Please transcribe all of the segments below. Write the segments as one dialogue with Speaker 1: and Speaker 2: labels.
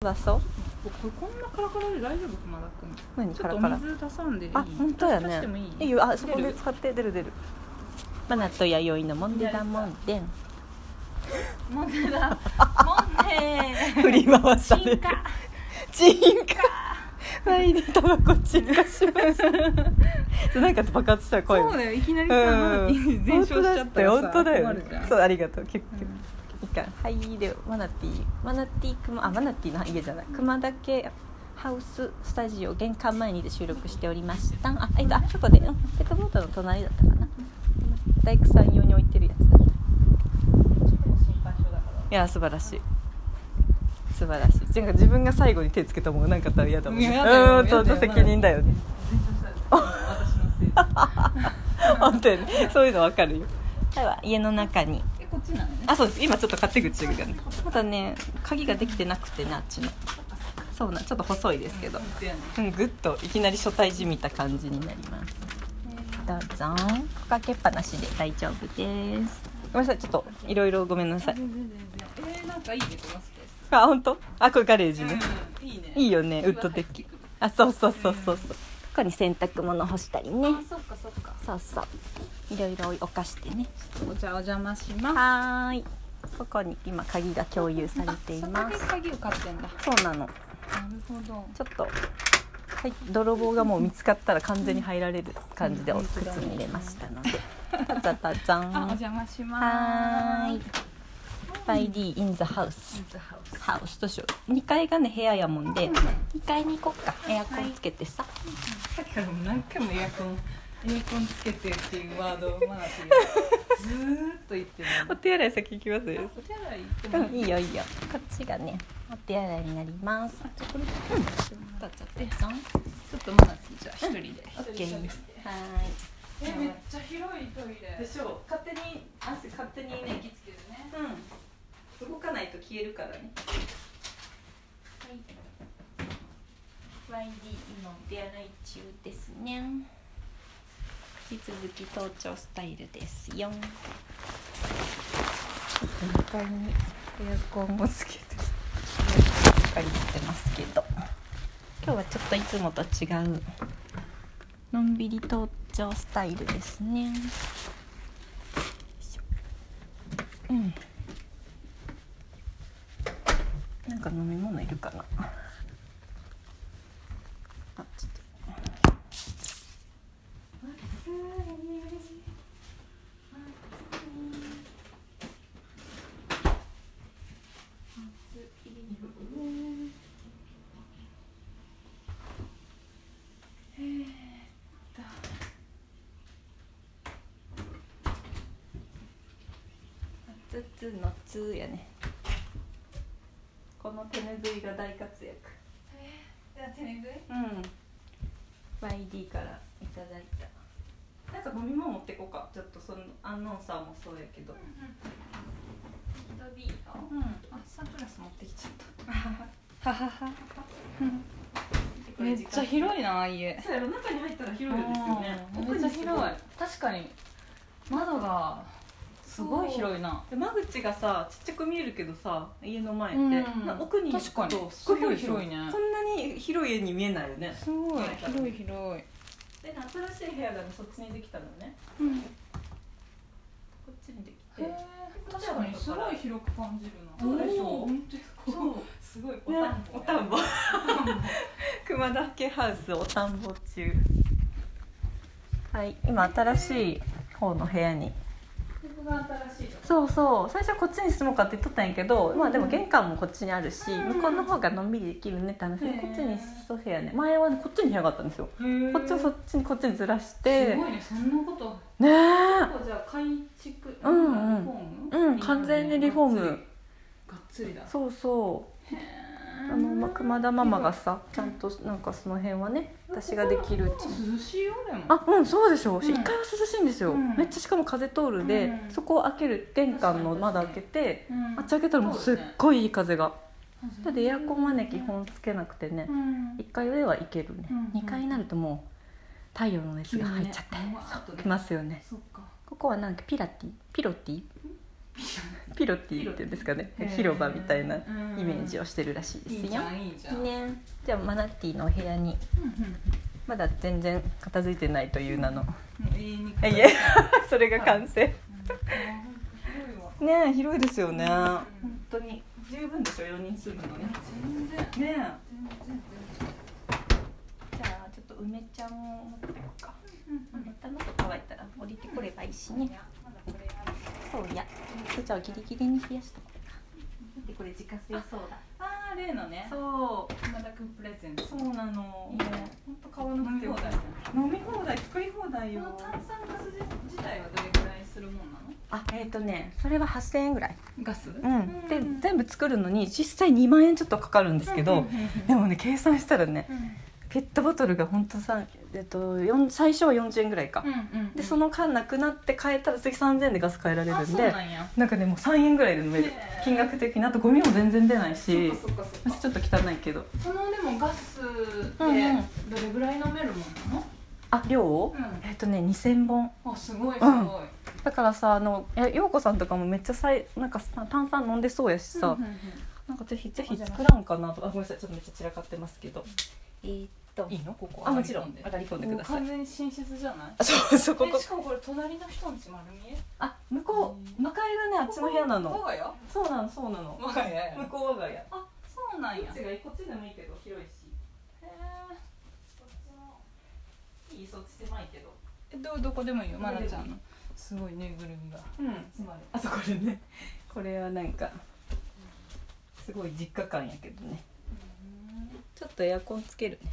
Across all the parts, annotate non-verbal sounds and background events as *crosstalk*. Speaker 1: 雑草
Speaker 2: 僕こんなカラカラで大丈夫熊田君
Speaker 1: 何
Speaker 2: ち
Speaker 1: カ
Speaker 2: ょ
Speaker 1: ラ
Speaker 2: っとお
Speaker 1: カラ
Speaker 2: 水足さんでいい
Speaker 1: あ本当や
Speaker 2: 足して
Speaker 1: ね
Speaker 2: もいい
Speaker 1: いいよあそこ
Speaker 2: 出
Speaker 1: で
Speaker 2: る
Speaker 1: 使って出る出るマナと弥生のモンデダモンデン
Speaker 2: モンテ
Speaker 1: *laughs*
Speaker 2: だモンテ
Speaker 1: 振り回され
Speaker 2: 進
Speaker 1: る
Speaker 2: 化
Speaker 1: チンカはいでタバコチンカしま
Speaker 2: *laughs*
Speaker 1: したなんか爆発した声
Speaker 2: そうだよいきなりさマナティー全焼しちゃったらさ
Speaker 1: 本当だよ
Speaker 2: 困
Speaker 1: ね
Speaker 2: るじゃん
Speaker 1: そうありがとう結
Speaker 2: う
Speaker 1: 局
Speaker 2: ん
Speaker 1: いいかはいでマナティーマナティー熊あマナティーの家じゃない熊だけハウススタジオ玄関前にで収録しておりましたあえっとあそこでうんペットボートの隣だったかな大工さん用に置いてるやつだいや素晴らしい素晴らしいなんか自分が最後に手つけたもんなんかあったら嫌だもんね
Speaker 2: いややだよ
Speaker 1: うーんちょっと
Speaker 2: やだよ
Speaker 1: 責任だよね
Speaker 2: 私のせいで
Speaker 1: *laughs* 本当にそういうのわかるよは家の中に
Speaker 2: えこっちなのね
Speaker 1: あそうです今ちょっと勝手口がねまだね鍵ができてなくてねあっちのそうなんちょっと細いですけど
Speaker 2: そうやね
Speaker 1: うんぐっといきなり初対じみた感じになりますどうぞかけっぱなしで大丈夫ですごめんなさいちょっといろいろごめんなさい
Speaker 2: 全然全然えーなんかいいねこのス
Speaker 1: あ本当あこれガレージ
Speaker 2: ペ
Speaker 1: ね、
Speaker 2: ースうんいいね
Speaker 1: いいよねウッドデッキあそうそうそうそうそうここに洗濯物干したりね
Speaker 2: あそっかそっか
Speaker 1: そうそういろいろおかしてね
Speaker 2: お茶お邪魔します
Speaker 1: はーいここに今鍵が共有されていま
Speaker 2: あそ
Speaker 1: す
Speaker 2: こで鍵を買ってんだ
Speaker 1: そうなの
Speaker 2: なるほど
Speaker 1: ちょっと、はい、泥棒がもう見つかったら完全に入られる感じでお靴に入れましたのでたたたじゃ
Speaker 2: あお
Speaker 1: ん
Speaker 2: 邪魔します
Speaker 1: はーいバイディインザハウスハウスどうしよう2階がね部屋やもんで2階に行こっかエアコンつけてさ
Speaker 2: さっきからもう何回もエアコンエアコンつけてっていうワードをマナティーずーっと言ってるの
Speaker 1: 手洗い先行きますよ
Speaker 2: お手洗い行って
Speaker 1: う
Speaker 2: も
Speaker 1: んいいよいいよこっちがねお手洗いになります
Speaker 2: あじゃあこれち
Speaker 1: どうぞどうぞ
Speaker 2: ょっとマナティーじゃあ一人で
Speaker 1: オッケーは
Speaker 2: えめっちゃ広いトイレ
Speaker 1: ーしょう勝手に汗勝手にね
Speaker 2: きつけるね
Speaker 1: うん動かないと消えるからねはい YD 今お手洗い中ですね引き続き登頂スタイルですよ2階にエアコンもつけて借りてますけど今日はちょっといつもと違うのんびり登頂スタイルですねよいしょうんなんか飲み物いるかなあちょっとつつのつやねこの手ぬぐいが大活躍
Speaker 2: じゃあ手拭い
Speaker 1: うん YD からいただいたなんか飲み物持ってこうかちょっとそのアンノンサーもそうやけどうん
Speaker 2: あサングラス持ってきちゃっ
Speaker 1: ははは
Speaker 2: ためっちゃ
Speaker 1: い
Speaker 2: 広いな家
Speaker 1: そうやろ中に入ったら広いですよね
Speaker 2: あーめっちゃ広い確かに窓がすごい広いな
Speaker 1: で間口がさちっちゃく見えるけどさ家の前って、
Speaker 2: うん
Speaker 1: な奥に行く
Speaker 2: 確か
Speaker 1: と
Speaker 2: にすごい
Speaker 1: でしょ
Speaker 2: 広いね
Speaker 1: こんなに広い家に見えないよね
Speaker 2: すご
Speaker 1: い
Speaker 2: い
Speaker 1: 広
Speaker 2: 広
Speaker 1: い
Speaker 2: い広い
Speaker 1: で新しい部屋がねそっちにできたのね
Speaker 2: うん
Speaker 1: こっちにでき
Speaker 2: へ
Speaker 1: て
Speaker 2: ー確かにすごい広く感じるな
Speaker 1: そうでしょ
Speaker 2: 本当だ
Speaker 1: そう
Speaker 2: すごい
Speaker 1: おたんぼおた *laughs* んぼ熊田家ハウスおたんぼ中はい今新しい方の部屋に
Speaker 2: ここが新しいとこ
Speaker 1: そうそう最初はこっちに住もうかって言っとったんやけど、まあでも玄関もこっちにあるし、
Speaker 2: うん
Speaker 1: 向こうの方がのんびりできるねって話で、
Speaker 2: へー
Speaker 1: こっちに一部屋ね前はねこっちに部屋があったんですよ、こっちをそっちにこっちにずらして
Speaker 2: すごいねそんなこと
Speaker 1: ねえ
Speaker 2: 結構じゃあ改築
Speaker 1: うんうん
Speaker 2: リフォーム
Speaker 1: うん完全にリフォーム
Speaker 2: がっつりがっつりだ
Speaker 1: そうそうあの、まあ、熊田ママがさちゃんとなんかその辺はね私ができるうちに
Speaker 2: 涼しいよでも
Speaker 1: あうんそうでしょう、
Speaker 2: うん
Speaker 1: 一階は涼しいんですよ、
Speaker 2: うん
Speaker 1: めっちゃしかも風通るで、
Speaker 2: うん
Speaker 1: そこを開ける玄関の窓開けてあっち開けたらもうすっごいいい風が、ただエアコンはね基本つけなくてね、一階ではいけるね、
Speaker 2: うん
Speaker 1: 二階になるともう太陽の熱が入っちゃって、
Speaker 2: うんねうわーっとね
Speaker 1: きますよね
Speaker 2: そっか
Speaker 1: ここはなんかピラティピロティピロティっていうんですかね広場みたいなイメージをしてるらしい
Speaker 2: い
Speaker 1: で
Speaker 2: い
Speaker 1: す
Speaker 2: じ
Speaker 1: よ
Speaker 2: ゃ。んいいじゃん、
Speaker 1: ね、じゃあマナティーのお部屋に
Speaker 2: うん
Speaker 1: まだ全然片付いてないという名の
Speaker 2: うんうん、言いにく
Speaker 1: い
Speaker 2: い
Speaker 1: え *laughs* それが完成
Speaker 2: 広いわ
Speaker 1: ねえ広いですよね本当に十分でしょ4人住むのね
Speaker 2: 全
Speaker 1: ね
Speaker 2: 然
Speaker 1: え
Speaker 2: 全然
Speaker 1: じゃあちょっと梅ちゃんを持ってこうか
Speaker 2: 全然
Speaker 1: 梅たのと乾いたら降りてこればいいしね
Speaker 2: まだこれある
Speaker 1: そうやお茶をギリギリに冷やしとこうかでこれ自家製ソー
Speaker 2: ああ例のね
Speaker 1: ダそ
Speaker 2: 熊田くんプレゼント
Speaker 1: うそうなの
Speaker 2: いいね
Speaker 1: 本当顔
Speaker 2: 飲み
Speaker 1: て
Speaker 2: 放題
Speaker 1: 飲み放題作り放題
Speaker 2: この炭酸ガス自体はどれくらいするもんなの
Speaker 1: あえっ、とねそれは8000円ぐらい
Speaker 2: ガスう
Speaker 1: うん、で
Speaker 2: うん
Speaker 1: 全部作るのに実際2万円ちょっとかかるんですけど、
Speaker 2: うんうんうんうん
Speaker 1: でもね計算したらね
Speaker 2: うん
Speaker 1: ペットボトルが本当さえっと四最初は40円ぐらいか、
Speaker 2: うんうん
Speaker 1: でその間なくなって買えたら次3000円でガス変えられるん
Speaker 2: あ
Speaker 1: で
Speaker 2: そうなんや
Speaker 1: なんかねもう3円ぐらいで飲める
Speaker 2: ねえ
Speaker 1: 金額的にあとゴミも全然出ないし
Speaker 2: そっかそっかそっか
Speaker 1: ちょっと汚いけど
Speaker 2: そのでもガスでど
Speaker 1: うんうん
Speaker 2: れぐらい飲めるもんなの
Speaker 1: あ量を、
Speaker 2: うん
Speaker 1: えっとね2000本
Speaker 2: あすごいすごい、
Speaker 1: うんだからさあのえ陽子さんとかもめっちゃさいなんかさ炭酸飲んでそうやしさ、
Speaker 2: うんうんうん
Speaker 1: なんかぜひぜひ作らんかなとあごめんなさいちょっとめっちゃ散らかってますけどえっと
Speaker 2: いいのここ
Speaker 1: あもちろん上
Speaker 2: 上
Speaker 1: が
Speaker 2: が
Speaker 1: り
Speaker 2: り
Speaker 1: 込
Speaker 2: 込
Speaker 1: ん
Speaker 2: ん
Speaker 1: で
Speaker 2: で
Speaker 1: くだ
Speaker 2: くだ
Speaker 1: さ
Speaker 2: さ
Speaker 1: い
Speaker 2: い完全に寝室じゃない
Speaker 1: そうそうこ
Speaker 2: え
Speaker 1: こ
Speaker 2: しかもこれ隣の人んち丸見え
Speaker 1: あ向こう向かいがねあっちの部屋な
Speaker 2: 我
Speaker 1: の
Speaker 2: が家
Speaker 1: そうなのそうなの
Speaker 2: 我が家や
Speaker 1: 向こう我が家
Speaker 2: あそうなんやへ
Speaker 1: がいいこっちでもいいけど広いし
Speaker 2: ー
Speaker 1: こっちもいいそっち狭いけど
Speaker 2: えどどこでもいいよ
Speaker 1: どこ
Speaker 2: ま
Speaker 1: でもいい
Speaker 2: なちゃんのすごいぬいぐるみが
Speaker 1: うん詰まるあとこれねこれはなんかすごい実家感やけどねちょっとエアコンつけるね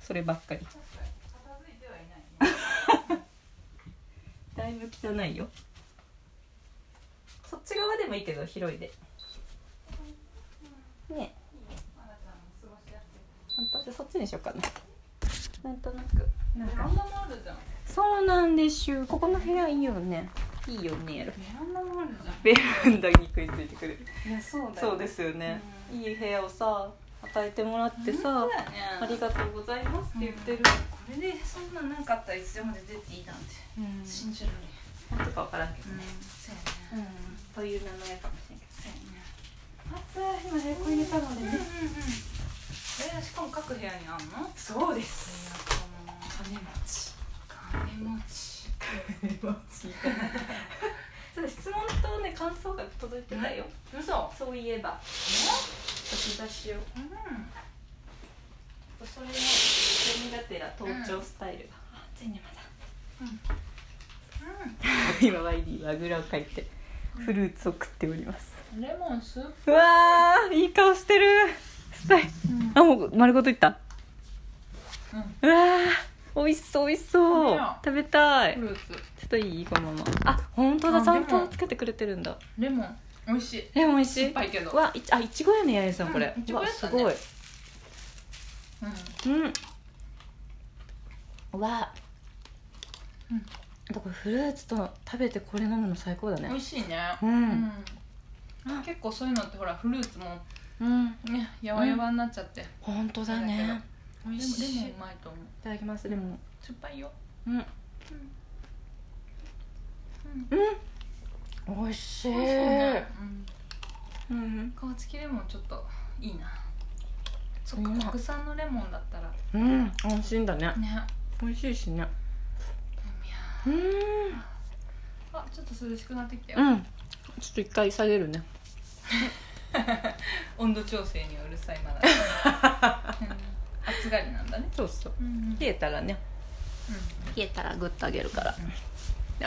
Speaker 1: そればっかり
Speaker 2: 確かに片付いてはいないね
Speaker 1: だいぶ汚いよそっち側でもいいけど広いでね
Speaker 2: まなちゃんの過ごしやす
Speaker 1: 本当じゃあそっちにしようかななんとなく
Speaker 2: いベランダもあるじゃん
Speaker 1: そうなんですよここの部屋いいよねいいよねやろ
Speaker 2: ベランダもあるじゃ
Speaker 1: ベランダに食いついてくれる
Speaker 2: んいやそうだよ
Speaker 1: そうですよね
Speaker 2: う
Speaker 1: いい部屋をさ与えてもらってさ
Speaker 2: 本当だよね
Speaker 1: ありがとうございますって言ってる、
Speaker 2: これでそんななんかあったらいつでも出ていいなんて
Speaker 1: うん
Speaker 2: 信じられん
Speaker 1: 本当か分からんけど
Speaker 2: うん
Speaker 1: ね、
Speaker 2: そう
Speaker 1: う
Speaker 2: や
Speaker 1: ん、
Speaker 2: ね
Speaker 1: という名のやかもしれんけ
Speaker 2: そうやね
Speaker 1: ど暑い今エアコン入れたの
Speaker 2: うんうんうんえしかも各部屋にあんの
Speaker 1: そうです
Speaker 2: 金持ち金持ち
Speaker 1: そうだ質問とね感想が届いてたよ、
Speaker 2: 嘘
Speaker 1: そういえば
Speaker 2: え
Speaker 1: 日差しを
Speaker 2: うん
Speaker 1: それの読みがてら盗聴スタイルが、あついにまだ今ワイリーはあぐらをかいてフルーツを食っております
Speaker 2: うんレモンス
Speaker 1: うわーいい顔してるスタイ
Speaker 2: うん
Speaker 1: あもう丸ごといった
Speaker 2: う
Speaker 1: う
Speaker 2: ん
Speaker 1: わー美味しそう美味しそ
Speaker 2: 食
Speaker 1: う
Speaker 2: べよ
Speaker 1: 食べたい
Speaker 2: フルーツ
Speaker 1: ちょっといいこのままあ本当だ
Speaker 2: あ
Speaker 1: ちゃん
Speaker 2: で
Speaker 1: と
Speaker 2: も
Speaker 1: つけてくれてるんだ
Speaker 2: レモン美味しい
Speaker 1: え美味し
Speaker 2: 酸
Speaker 1: い
Speaker 2: っぱいけど
Speaker 1: わいちあいちごやね八重さんこれ、
Speaker 2: うんいち
Speaker 1: う
Speaker 2: ご
Speaker 1: わ
Speaker 2: やっ
Speaker 1: す
Speaker 2: たね
Speaker 1: ごい
Speaker 2: うん
Speaker 1: うんうわ
Speaker 2: うん
Speaker 1: あとこれフルーツと食べてこれ飲むの最高だ
Speaker 2: 美
Speaker 1: ね
Speaker 2: 味しいね
Speaker 1: うん
Speaker 2: うん結構そういうのってほらフルーツも
Speaker 1: うん
Speaker 2: ねやわやわになっちゃって
Speaker 1: 本当だね美
Speaker 2: で
Speaker 1: 味
Speaker 2: も
Speaker 1: しい
Speaker 2: レモンうまいと思う
Speaker 1: いただきますでも
Speaker 2: 酸っぱいよ
Speaker 1: うん
Speaker 2: うん
Speaker 1: うん美味しい
Speaker 2: 美味しいねうん
Speaker 1: うん
Speaker 2: 皮付きレモンちょっといいなそっ
Speaker 1: う
Speaker 2: か
Speaker 1: まい
Speaker 2: 国産のレモンだったらね
Speaker 1: うん美味しいんだね
Speaker 2: でもいや
Speaker 1: 美味しいしねうん
Speaker 2: あちょっと涼しくなってきたよ、
Speaker 1: うんちょっと一回下げるね
Speaker 2: 温度調整にはうるさいまだ、 *laughs* うん、暑がりなんだね
Speaker 1: そうそう
Speaker 2: うん
Speaker 1: 冷えたらね
Speaker 2: う
Speaker 1: 冷えたらグッとあげるから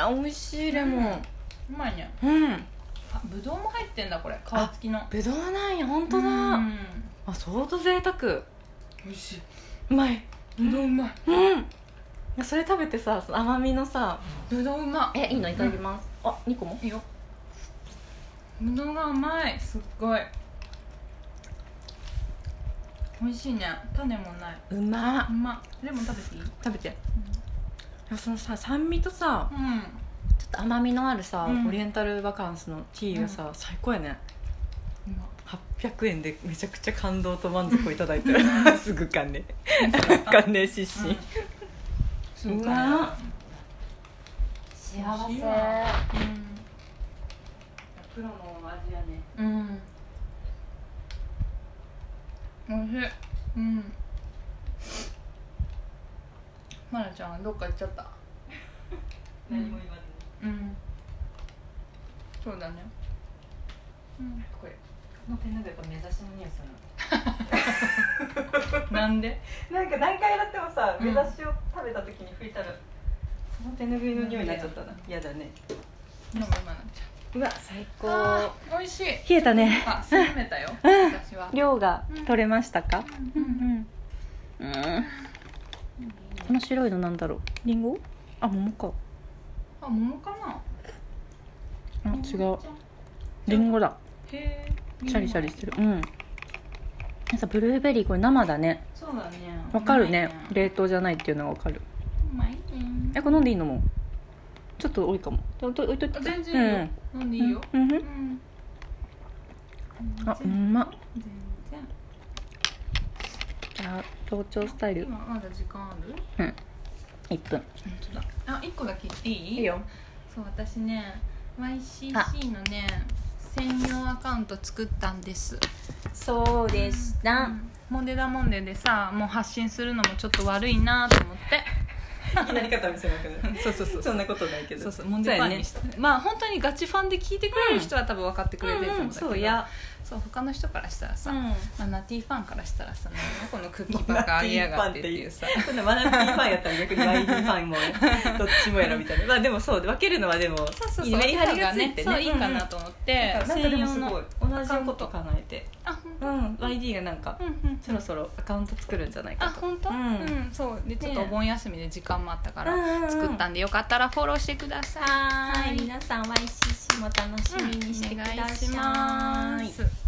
Speaker 1: あ美味しいレモン
Speaker 2: んうまいね
Speaker 1: うん
Speaker 2: あぶどうも入ってんだこれ皮付きの
Speaker 1: ぶどうなんや本当
Speaker 2: う
Speaker 1: だ
Speaker 2: ん
Speaker 1: あ相当贅沢
Speaker 2: 美味しいう
Speaker 1: まい
Speaker 2: ぶどううまい
Speaker 1: うんそれ食べてさその甘みのさ
Speaker 2: ぶどううま
Speaker 1: えいいのいただきます、あ二個も
Speaker 2: いいいよぶどうがうまいすっごい美味しいね種もないう
Speaker 1: ま
Speaker 2: うまレモン食べていい
Speaker 1: 食べていやそのさ酸味とさ
Speaker 2: *laughs* うん
Speaker 1: ちょっと甘みのあるさ、
Speaker 2: うん
Speaker 1: オリエンタルバカンスのティーがさ、最高やね800円でめちゃくちゃ感動と満足をいただいてるすぐ感ね感ね失神
Speaker 2: すごい。
Speaker 1: うま幸
Speaker 2: うん。プロの味やね
Speaker 1: うんおいしいうんまなちゃんはどっか行っちゃったうん
Speaker 2: 何も言わず
Speaker 1: うんそうだねうんこれ
Speaker 2: にこのペンなんかやっぱ目指しの匂いする
Speaker 1: *laughs* なんで
Speaker 2: なんか何回洗ってもさ、
Speaker 1: うん
Speaker 2: 目指しを食べた時に拭いたらその手ぬぐいの匂いになっちゃったな嫌だね
Speaker 1: 飲むまなち
Speaker 2: うわ最
Speaker 1: ゃんあー美味しい冷えたね
Speaker 2: あす
Speaker 1: 冷めたよ *laughs* 私は
Speaker 2: 量が取れましたか
Speaker 1: うんうんこの白いのなんだろうリンゴあ桃か
Speaker 2: あ桃か
Speaker 1: あ
Speaker 2: な
Speaker 1: 違うリンゴだ
Speaker 2: へえ
Speaker 1: シャリシャリしてるうんさブルーベリーこれ生だね
Speaker 2: そうだね
Speaker 1: わかるね
Speaker 2: う
Speaker 1: 冷凍じゃないっていうのがわかる
Speaker 2: まいね
Speaker 1: えこれ飲んでいいのもうちょっと多いかも置いと置いといて
Speaker 2: あ全然いいよ、飲ん
Speaker 1: う
Speaker 2: でい
Speaker 1: ん
Speaker 2: いよ
Speaker 1: うんう
Speaker 2: うんん
Speaker 1: あう
Speaker 2: 全然
Speaker 1: ま
Speaker 2: 全
Speaker 1: じ
Speaker 2: 然
Speaker 1: ゃあ強調スタイル
Speaker 2: 今まだ時間ある
Speaker 1: 1分
Speaker 2: 本当だあ一個だけいい
Speaker 1: いいよ
Speaker 2: そう私ね
Speaker 1: あ
Speaker 2: YCC のね専用アカウント作ったんです
Speaker 1: そうでした *laughs*
Speaker 2: うんモンデダモンデでさもう発信するのもちょっと悪いなと思って
Speaker 1: いなり方見せなくな
Speaker 2: そうそうそう
Speaker 1: そんなことないけ
Speaker 2: そうそうモンデファンにして、まあ本当にガチファンで聞いてくれる人は多分分かってくれてると思
Speaker 1: うんん
Speaker 2: だけど、
Speaker 1: そうや
Speaker 2: そう他の人からしたらさ、
Speaker 1: うん
Speaker 2: まあ、ナティファンからしたらさ
Speaker 1: *laughs*
Speaker 2: なんだこのクッキーばっかあげやがってっていうさ
Speaker 1: そんなマナティーファンやったら逆に YD ファン *laughs* もどっちもやろみたいなまあでもそう分けるのはでも
Speaker 2: そうそうそう
Speaker 1: メリハリがついてね
Speaker 2: そういいか
Speaker 1: うんうん
Speaker 2: なと思って、
Speaker 1: なんかでもすごい同じこと考えて
Speaker 2: あ本
Speaker 1: う
Speaker 2: 当
Speaker 1: ん YD がなんか
Speaker 2: うんうん
Speaker 1: そろそろアカウント作るんじゃない
Speaker 2: あ
Speaker 1: かと
Speaker 2: 本当
Speaker 1: う
Speaker 2: うんん、そうでちょっとお盆休みで時間もあったから、
Speaker 1: うんうんうん
Speaker 2: 作ったんでよかったらフォローしてください
Speaker 1: はーい
Speaker 2: はい
Speaker 1: 皆さん YCC も楽しみにしてください
Speaker 2: お願いします